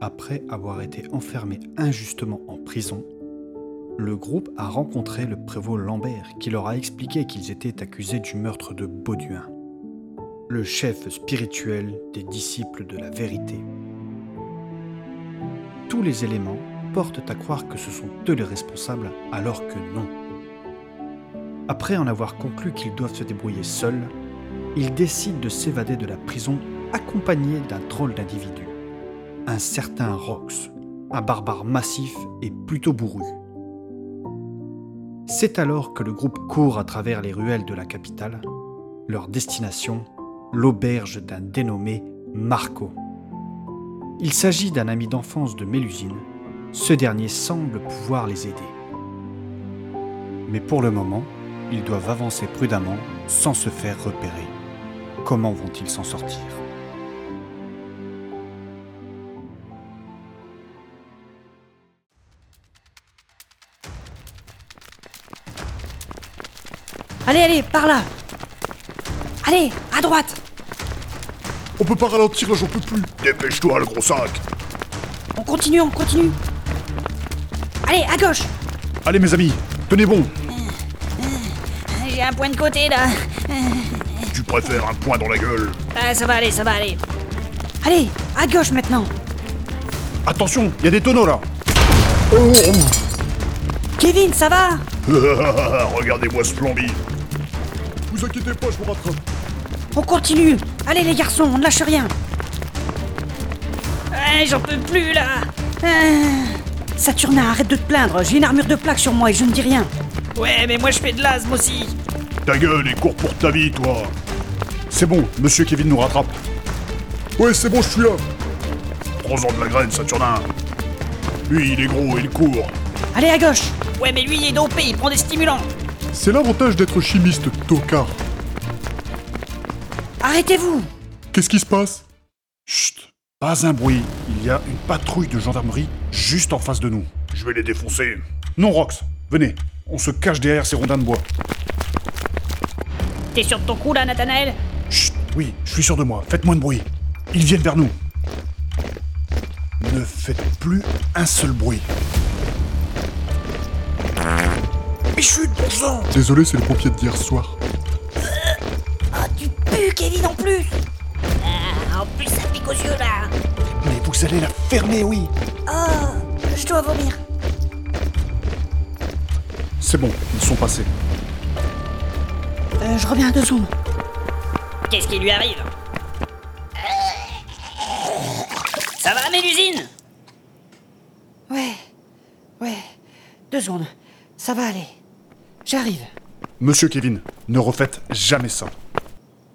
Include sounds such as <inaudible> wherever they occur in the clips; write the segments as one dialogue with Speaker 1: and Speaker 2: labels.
Speaker 1: Après avoir été enfermé injustement en prison, le groupe a rencontré le prévôt Lambert qui leur a expliqué qu'ils étaient accusés du meurtre de Bauduin, le chef spirituel des disciples de la vérité. Tous les éléments portent à croire que ce sont eux les responsables alors que non. Après en avoir conclu qu'ils doivent se débrouiller seuls, ils décident de s'évader de la prison accompagnés d'un drôle d'individu, un certain Rox, un barbare massif et plutôt bourru. C'est alors que le groupe court à travers les ruelles de la capitale, leur destination, l'auberge d'un dénommé Marco. Il s'agit d'un ami d'enfance de Mélusine, ce dernier semble pouvoir les aider. Mais pour le moment, ils doivent avancer prudemment sans se faire repérer. Comment vont-ils s'en sortir
Speaker 2: Allez, allez, par là Allez, à droite
Speaker 3: On peut pas ralentir là, j'en peux plus Dépêche-toi, le gros sac
Speaker 2: On continue, on continue Allez, à gauche
Speaker 3: Allez, mes amis, tenez bon
Speaker 2: J'ai un point de côté là
Speaker 3: Tu préfères un point dans la gueule
Speaker 2: Ah, ça va aller, ça va aller Allez, à gauche maintenant
Speaker 3: Attention, il y a des tonneaux là
Speaker 2: Kevin, ça va
Speaker 3: <laughs> Regardez-moi ce plombi Vous inquiétez pas, je vous rattrape
Speaker 2: On continue Allez les garçons, on ne lâche rien Ah, J'en peux plus là Ah. Saturnin, arrête de te plaindre, j'ai une armure de plaque sur moi et je ne dis rien Ouais, mais moi je fais de l'asthme aussi
Speaker 3: Ta gueule et cours pour ta vie, toi C'est bon, monsieur Kevin nous rattrape Ouais, c'est bon, je suis là Prends-en de la graine, Saturnin Lui, il est gros, il court
Speaker 2: Allez à gauche Ouais, mais lui il est dopé, il prend des stimulants
Speaker 3: C'est l'avantage d'être chimiste, tocard
Speaker 2: Arrêtez-vous
Speaker 3: Qu'est-ce qui se passe Chut Pas un bruit. Il y a une patrouille de gendarmerie juste en face de nous. Je vais les défoncer. Non, Rox, venez. On se cache derrière ces rondins de bois.
Speaker 2: T'es sûr de ton coup là, Nathanaël
Speaker 3: Chut Oui, je suis sûr de moi. Faites moins de bruit. Ils viennent vers nous. Ne faites plus un seul bruit. Mais chut, bon sang
Speaker 4: Désolé, c'est le pompier d'hier soir.
Speaker 2: Tu pues, Kevin, en plus Ah, En plus, ça pique aux yeux là
Speaker 3: Mais vous allez la fermer, oui
Speaker 2: Oh, je dois vomir
Speaker 3: C'est bon, ils sont passés.
Speaker 2: Euh, Je reviens à deux secondes.
Speaker 5: Qu'est-ce qui lui arrive Ça va, Mélusine
Speaker 2: Ouais, ouais, deux secondes. Ça va aller. J'arrive.
Speaker 3: Monsieur Kevin, ne refaites jamais ça.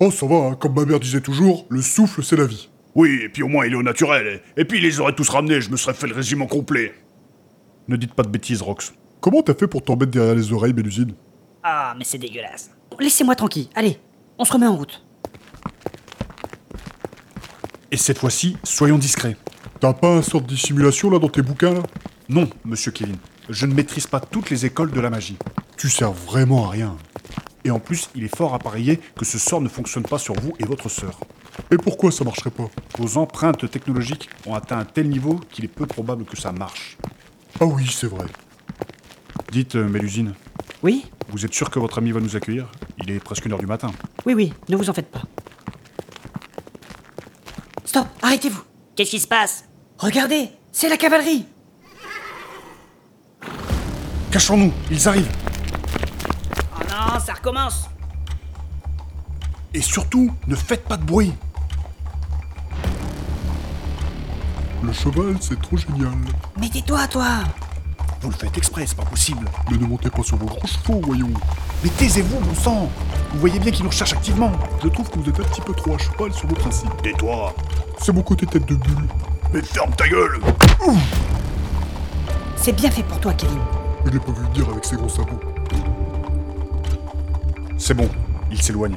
Speaker 4: Oh, ça va, hein, comme ma mère disait toujours, le souffle, c'est la vie.
Speaker 3: Oui, et puis au moins il est au naturel. Et puis il les aurait tous ramenés, je me serais fait le régiment complet. Ne dites pas de bêtises, Rox.
Speaker 4: Comment t'as fait pour t'en mettre derrière les oreilles, Mélusine
Speaker 5: Ah, mais c'est dégueulasse.
Speaker 2: Laissez-moi tranquille, allez, on se remet en route.
Speaker 3: Et cette fois-ci, soyons discrets.
Speaker 4: T'as pas un sort de dissimulation là dans tes bouquins là
Speaker 3: Non, monsieur Kevin, je ne maîtrise pas toutes les écoles de la magie.
Speaker 4: Tu sers vraiment à rien.
Speaker 3: Et en plus, il est fort à parier que ce sort ne fonctionne pas sur vous et votre sœur.
Speaker 4: Et pourquoi ça marcherait pas
Speaker 3: Vos empreintes technologiques ont atteint un tel niveau qu'il est peu probable que ça marche.
Speaker 4: Ah oui, c'est vrai.
Speaker 3: Dites, euh, Mélusine,
Speaker 2: Oui
Speaker 3: vous êtes sûr que votre ami va nous accueillir Il est presque une heure du matin.
Speaker 2: Oui, oui, ne vous en faites pas. Stop, arrêtez-vous
Speaker 5: Qu'est-ce qui se passe
Speaker 2: Regardez, c'est la cavalerie
Speaker 3: Cachons-nous, ils arrivent
Speaker 5: Oh non, ça recommence
Speaker 3: Et surtout, ne faites pas de bruit
Speaker 4: Le cheval, c'est trop génial.
Speaker 2: Mais tais-toi, toi
Speaker 3: Vous le faites exprès, c'est pas possible
Speaker 4: Mais ne montez pas sur vos gros chevaux, voyons.
Speaker 3: Mais taisez-vous, bon sang Vous voyez bien qu'ils nous recherchent activement
Speaker 4: Je trouve que vous êtes un petit peu trop à cheval sur vos principes.
Speaker 3: Tais-toi
Speaker 4: C'est mon côté tête de bulle.
Speaker 3: Mais ferme ta gueule
Speaker 2: C'est bien fait pour toi, Kevin.
Speaker 4: Je l'ai pas vu dire avec ses gros sabots.
Speaker 3: C'est bon, ils s'éloignent.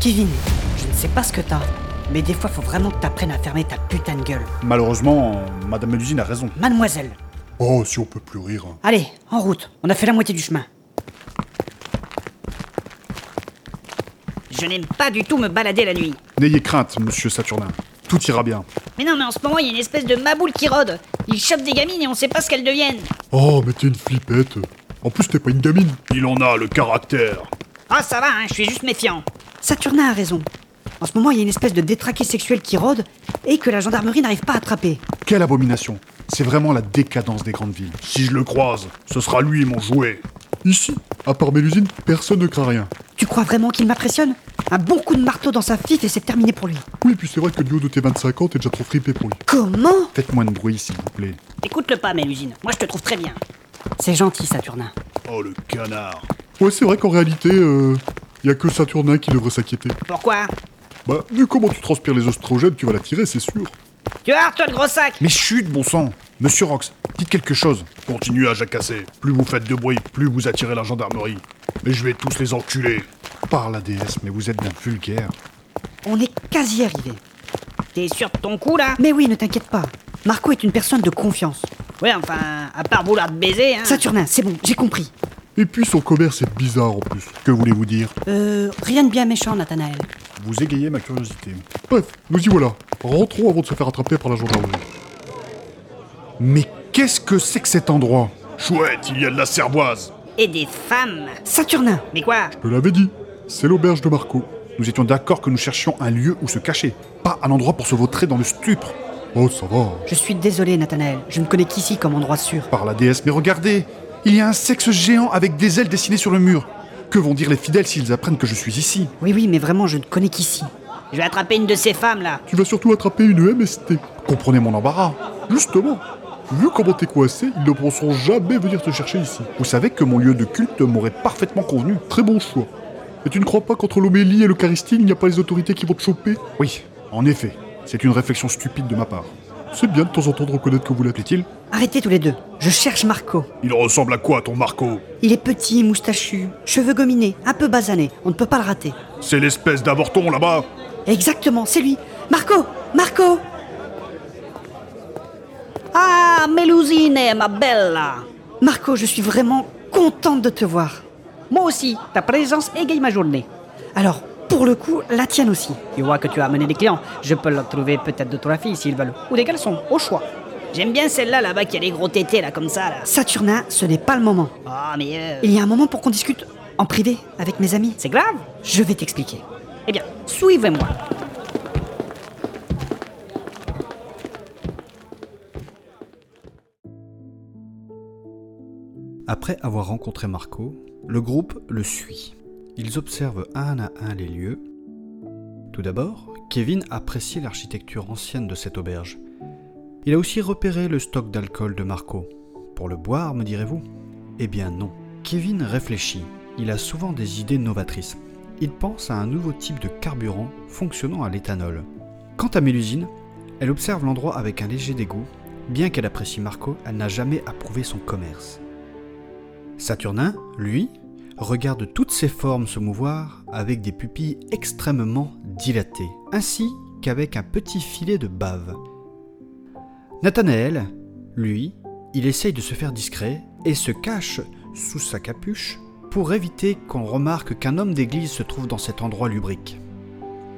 Speaker 2: Kevin, je ne sais pas ce que t'as, mais des fois, faut vraiment que t'apprennes à fermer ta putain de gueule.
Speaker 3: Malheureusement, Madame Mélusine a raison.
Speaker 2: Mademoiselle,
Speaker 4: Oh, si on peut plus rire. hein.
Speaker 2: allez, en route, on a fait la moitié du chemin.
Speaker 5: Je n'aime pas du tout me balader la nuit.
Speaker 3: N'ayez crainte, monsieur Saturnin. Tout ira bien.
Speaker 5: Mais non, mais en ce moment, il y a une espèce de maboule qui rôde. Il chope des gamines et on sait pas ce qu'elles deviennent.
Speaker 4: Oh, mais t'es une flippette. En plus, t'es pas une gamine.
Speaker 3: Il en a le caractère.
Speaker 5: Ah, ça va, hein, je suis juste méfiant.
Speaker 2: Saturnin a raison. En ce moment, il y a une espèce de détraqué sexuel qui rôde et que la gendarmerie n'arrive pas à attraper.
Speaker 3: Quelle abomination. C'est vraiment la décadence des grandes villes. Si je le croise, ce sera lui mon jouet.
Speaker 4: Ici, à part Mélusine, personne ne craint rien.
Speaker 2: Tu crois vraiment qu'il m'impressionne Un bon coup de marteau dans sa fif et c'est terminé pour lui.
Speaker 4: Oui, puis c'est vrai que du haut de tes 25 ans, t'es déjà trop fripé pour lui.
Speaker 2: Comment
Speaker 3: Faites moins de bruit, s'il vous plaît.
Speaker 5: Écoute-le pas, Mélusine. Moi, je te trouve très bien.
Speaker 2: C'est gentil, Saturnin.
Speaker 3: Oh le canard.
Speaker 4: Ouais, c'est vrai qu'en réalité, euh, y a que Saturnin qui devrait s'inquiéter.
Speaker 5: Pourquoi
Speaker 4: Bah, vu comment tu transpires les oestrogènes, tu vas l'attirer, c'est sûr.
Speaker 5: Tu as, toi, le gros sac
Speaker 3: Mais chut, bon sang. Monsieur Rox, dites quelque chose. Continuez à jacasser. Plus vous faites de bruit, plus vous attirez la gendarmerie. Et je vais tous les enculer. Par la déesse, mais vous êtes d'un vulgaire.
Speaker 2: On est quasi arrivé.
Speaker 5: T'es sûr de ton coup, là
Speaker 2: Mais oui, ne t'inquiète pas. Marco est une personne de confiance.
Speaker 5: Ouais, enfin, à part vouloir te baiser, hein.
Speaker 2: Saturnin, c'est bon, j'ai compris.
Speaker 4: Et puis son commerce est bizarre en plus.
Speaker 3: Que voulez-vous dire
Speaker 2: Euh, rien de bien méchant, Nathanaël.
Speaker 3: Vous égayez ma curiosité.
Speaker 4: Bref, nous y voilà. Rentrons avant de se faire attraper par la gendarmerie.
Speaker 3: Mais qu'est-ce que c'est que cet endroit Chouette, il y a de la cervoise.
Speaker 5: Et des femmes.
Speaker 2: Saturnin
Speaker 5: Mais quoi
Speaker 4: Je l'avais dit, c'est l'auberge de Marco.
Speaker 3: Nous étions d'accord que nous cherchions un lieu où se cacher, pas un endroit pour se vautrer dans le stupre.
Speaker 4: Oh, ça va.
Speaker 2: Je suis désolé, Nathanaël. Je ne connais qu'ici comme endroit sûr.
Speaker 3: Par la déesse, mais regardez Il y a un sexe géant avec des ailes dessinées sur le mur. Que vont dire les fidèles s'ils apprennent que je suis ici
Speaker 2: Oui, oui, mais vraiment, je ne connais qu'ici.
Speaker 5: Je vais attraper une de ces femmes, là.
Speaker 4: Tu vas surtout attraper une MST.
Speaker 3: Comprenez mon embarras.
Speaker 4: Justement, vu comment t'es coincé, ils ne penseront jamais venir te chercher ici.
Speaker 3: Vous savez que mon lieu de culte m'aurait parfaitement convenu.
Speaker 4: Très bon choix. Et tu ne crois pas qu'entre l'homélie et l'Eucharistie, il n'y a pas les autorités qui vont te choper
Speaker 3: Oui, en effet, c'est une réflexion stupide de ma part.
Speaker 4: C'est bien de temps en temps de reconnaître que vous l'appelez.
Speaker 3: Plaît-il
Speaker 2: Arrêtez tous les deux. Je cherche Marco.
Speaker 3: Il ressemble à quoi ton Marco
Speaker 2: Il est petit, moustachu, cheveux gominés, un peu basané. On ne peut pas le rater.
Speaker 3: C'est l'espèce d'avorton là-bas
Speaker 2: Exactement, c'est lui. Marco Marco
Speaker 5: Ah, Mélusine, ma belle
Speaker 2: Marco, je suis vraiment contente de te voir.
Speaker 5: Moi aussi, ta présence égaye Eh, ma journée.
Speaker 2: Alors, pour le coup, la tienne aussi.
Speaker 5: Tu vois que tu as amené des clients. Je peux leur trouver peut-être deux, trois filles s'ils veulent. Ou des garçons, au choix. J'aime bien celle-là, là-bas, qui a les gros tétés, là, comme ça, là.
Speaker 2: Saturnin, ce n'est pas le moment.
Speaker 5: Ah, mais euh,
Speaker 2: Il y a un moment pour qu'on discute en privé avec mes amis.
Speaker 5: C'est grave
Speaker 2: Je vais t'expliquer.
Speaker 5: Eh bien, suivez-moi.
Speaker 1: Après avoir rencontré Marco, le groupe le suit. Ils observent un à un les lieux. Tout d'abord, Kevin apprécie l'architecture ancienne de cette auberge. Il a aussi repéré le stock d'alcool de Marco. Pour le boire, me direz-vous Eh bien non. Kevin réfléchit. Il a souvent des idées novatrices. Il pense à un nouveau type de carburant fonctionnant à l'éthanol. Quant à Mélusine, elle observe l'endroit avec un léger dégoût. Bien qu'elle apprécie Marco, elle n'a jamais approuvé son commerce. Saturnin, lui, regarde toutes ces formes se mouvoir avec des pupilles extrêmement dilatées, ainsi qu'avec un petit filet de bave. Nathanaël, lui, il essaye de se faire discret et se cache sous sa capuche pour éviter qu'on remarque qu'un homme d'église se trouve dans cet endroit lubrique.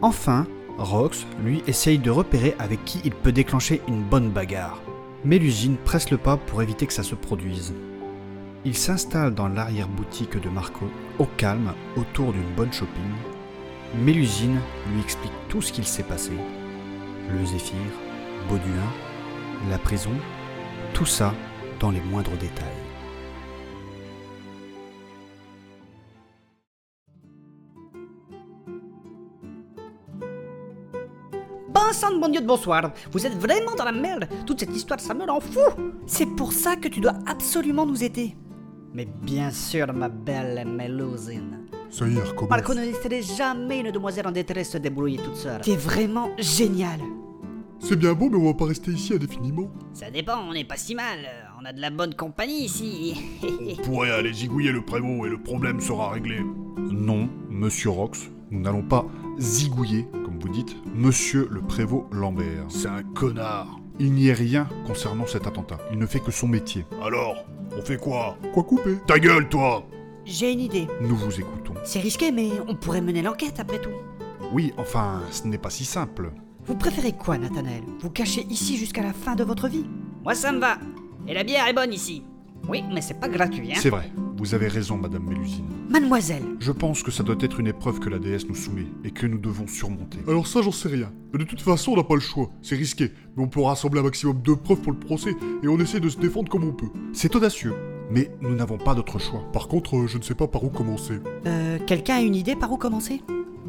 Speaker 1: Enfin, Rox, lui, essaye de repérer avec qui il peut déclencher une bonne bagarre. Mais l'usine presse le pas pour éviter que ça se produise. Il s'installe dans l'arrière-boutique de Marco, au calme, autour d'une bonne shopping. Mélusine lui explique tout ce qu'il s'est passé. Le Zéphyr, Bauduin, la prison, tout ça dans les moindres détails.
Speaker 5: Bon sang de bon Dieu de bonsoir. Vous êtes vraiment dans la merde. Toute cette histoire, ça me rend fou.
Speaker 2: C'est pour ça que tu dois absolument nous aider.
Speaker 5: Mais bien sûr, ma belle Mélusine.
Speaker 4: Ça y est, recommence.
Speaker 5: Marco ne laisserait jamais une demoiselle en détresse se débrouiller toute seule.
Speaker 2: T'es vraiment génial.
Speaker 4: C'est bien beau, mais on va pas rester ici indéfiniment.
Speaker 5: Ça dépend, on n'est pas si mal. On a de la bonne compagnie ici.
Speaker 3: On pourrait aller zigouiller le prévôt et le problème sera réglé.
Speaker 4: Non, monsieur Rox, nous n'allons pas zigouiller, comme vous dites, monsieur le prévôt Lambert.
Speaker 3: C'est un connard.
Speaker 4: Il n'y a rien concernant cet attentat. Il ne fait que son métier.
Speaker 3: Alors, on fait quoi
Speaker 4: Quoi couper
Speaker 3: Ta gueule, toi
Speaker 2: J'ai une idée.
Speaker 4: Nous vous écoutons.
Speaker 2: C'est risqué, mais on pourrait mener l'enquête après tout.
Speaker 4: Oui, enfin, ce n'est pas si simple.
Speaker 2: Vous préférez quoi, Nathanaël Vous cachez ici jusqu'à la fin de votre vie
Speaker 5: Moi, ça me va. Et la bière est bonne ici. Oui, mais c'est pas gratuit, hein.
Speaker 4: C'est vrai, vous avez raison, Madame Mélusine.
Speaker 2: Mademoiselle
Speaker 4: Je pense que ça doit être une épreuve que la déesse nous soumet et que nous devons surmonter. Alors ça, j'en sais rien. Mais de toute façon, on n'a pas le choix. C'est risqué, mais on peut rassembler un maximum de preuves pour le procès et on essaie de se défendre comme on peut. C'est audacieux, mais nous n'avons pas d'autre choix. Par contre, euh, je ne sais pas par où commencer.
Speaker 2: euh, Quelqu'un a une idée par où commencer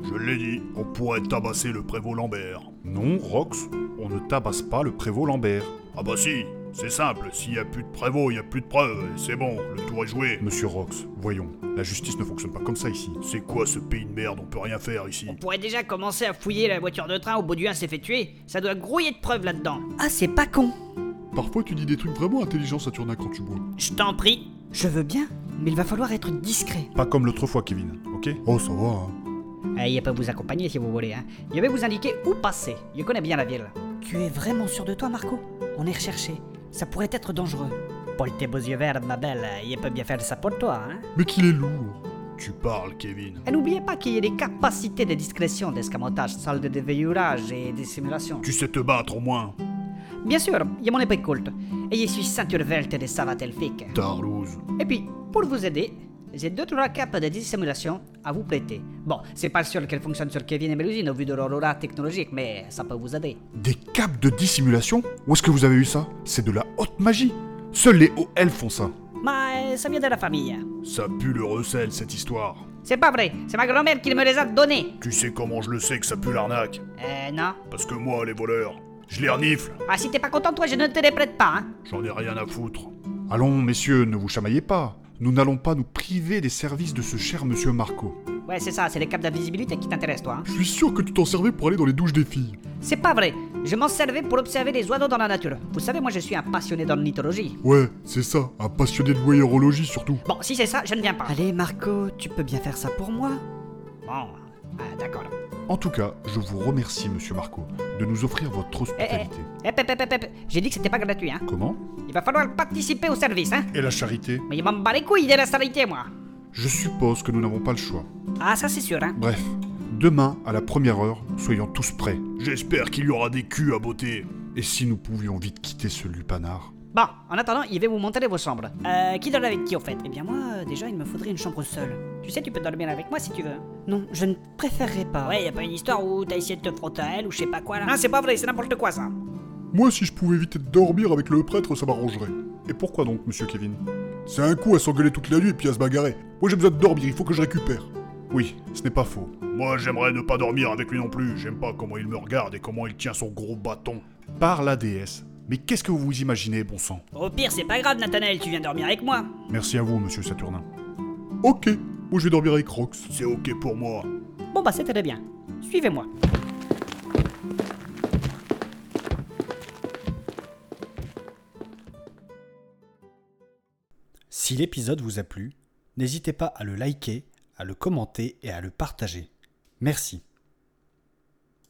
Speaker 3: Je l'ai dit, on pourrait tabasser le prévôt Lambert.
Speaker 4: Non, Rox, on ne tabasse pas le prévôt Lambert.
Speaker 3: Ah bah si, c'est simple, s'il y a plus de prévôt, il y a plus de preuves, et c'est bon, le tour est joué.
Speaker 4: Monsieur Rox, voyons, la justice ne fonctionne pas comme ça ici.
Speaker 3: C'est quoi ce pays de merde, on peut rien faire ici.
Speaker 5: On pourrait déjà commencer à fouiller la voiture de train où Bauduin s'est fait tuer. Ça doit grouiller de preuves là-dedans.
Speaker 2: Ah, c'est pas con
Speaker 4: Parfois, tu dis des trucs vraiment intelligents, Saturnin, quand tu bois.
Speaker 5: Je t'en prie.
Speaker 2: Je veux bien, mais il va falloir être discret.
Speaker 4: Pas comme l'autre fois, Kevin, ok Oh, ça va, hein.
Speaker 5: Ayez Eh, pas vous accompagner si vous voulez, hein. Je vais vous indiquer où passer. Je connais bien la ville.
Speaker 2: Tu es vraiment sûr de toi, Marco On est recherché. Ça pourrait être dangereux.
Speaker 5: Paul, tes beaux yeux verts, ma belle, il peut bien faire ça pour toi, hein.
Speaker 4: Mais qu'il est lourd.
Speaker 3: Tu parles, Kevin.
Speaker 5: Et n'oubliez pas qu'il y a des capacités de discrétion, d'escamotage, salle de déveillurage et de simulation.
Speaker 3: Tu sais te battre au moins.
Speaker 5: Bien sûr, il y a mon épée culte. Et je suis ceinture verte de savate elfique.
Speaker 3: Tarlouse.
Speaker 5: Et puis, pour vous aider, j'ai deux trois capes de dissimulation à vous prêter. Bon, c'est pas sûr qu'elles fonctionnent sur Kevin et Melusine au vu de leur aura technologique, mais ça peut vous aider.
Speaker 4: Des capes de dissimulation Où est-ce que vous avez eu ça C'est de la haute magie Seuls les hauts elfes font ça.
Speaker 5: Mais eh, ça vient de la famille.
Speaker 3: Ça pue le recel, cette histoire.
Speaker 5: C'est pas vrai, c'est ma grand-mère qui me les a données.
Speaker 3: Tu sais comment je le sais que ça pue l'arnaque
Speaker 5: Euh, non.
Speaker 3: Parce que moi, les voleurs, je les renifle.
Speaker 5: Ah, si t'es pas content, toi, je ne te les prête pas, hein.
Speaker 3: J'en ai rien à foutre.
Speaker 4: Allons, messieurs, ne vous chamaillez pas. Nous n'allons pas nous priver des services de ce cher monsieur Marco.
Speaker 5: Ouais, c'est ça, c'est les capes d'invisibilité qui t'intéressent, toi, hein.
Speaker 4: Je suis sûr que tu t'en servais pour aller dans les douches des filles.
Speaker 5: C'est pas vrai. Je m'en servais pour observer les oiseaux dans la nature. Vous savez, moi je suis un passionné d'ornithologie.
Speaker 4: Ouais, c'est ça, un passionné de voyérologie surtout.
Speaker 5: Bon, si c'est ça, je ne viens pas.
Speaker 2: Allez, Marco, tu peux bien faire ça pour moi
Speaker 5: Bon, ah, d'accord.
Speaker 4: En tout cas, je vous remercie, monsieur Marco, de nous offrir votre
Speaker 5: Eh, eh,
Speaker 4: hospitalité.
Speaker 5: hep, hep, hep, hep. J'ai dit que c'était pas gratuit, hein.
Speaker 4: Comment
Speaker 5: Il va falloir participer au service, hein.
Speaker 4: Et la charité
Speaker 5: Mais il m'en bat les couilles de la saleté, moi.
Speaker 4: Je suppose que nous n'avons pas le choix.
Speaker 5: Ah, ça c'est sûr, hein.
Speaker 4: Bref, demain, à la première heure, soyons tous prêts.
Speaker 3: J'espère qu'il y aura des culs à botter.
Speaker 4: Et si nous pouvions vite quitter ce lupanar
Speaker 5: Bon, en attendant, il va vous montrer vos chambres. Euh, qui dort avec qui, au fait
Speaker 2: Eh bien, moi, euh, déjà, il me faudrait une chambre seule.
Speaker 5: Tu sais, tu peux dormir avec moi si tu veux.
Speaker 2: Non, je ne préférerais pas.
Speaker 5: Ouais, y a pas une histoire où t'as essayé de te frotter à elle ou je sais pas quoi, là. Non, c'est pas vrai, c'est n'importe quoi, ça.
Speaker 4: Moi, si je pouvais éviter de dormir avec le prêtre, ça m'arrangerait. Et pourquoi donc, monsieur Kevin C'est un coup à s'engueuler toute la nuit et puis à se bagarrer. Moi, j'ai besoin de dormir, il faut que je récupère. Oui, ce n'est pas faux.
Speaker 3: Moi, j'aimerais ne pas dormir avec lui non plus. J'aime pas comment il me regarde et comment il tient son gros bâton.
Speaker 4: Par la déesse. Mais qu'est-ce que vous vous imaginez, bon sang
Speaker 5: Au pire, c'est pas grave, Nathanaël, tu viens dormir avec moi.
Speaker 4: Merci à vous, monsieur Saturnin. Ok, moi je vais dormir avec Rox.
Speaker 3: C'est ok pour moi.
Speaker 5: Bon, bah, c'était bien. Suivez-moi.
Speaker 1: Si l'épisode vous a plu, n'hésitez pas à le liker, à le commenter et à le partager. Merci.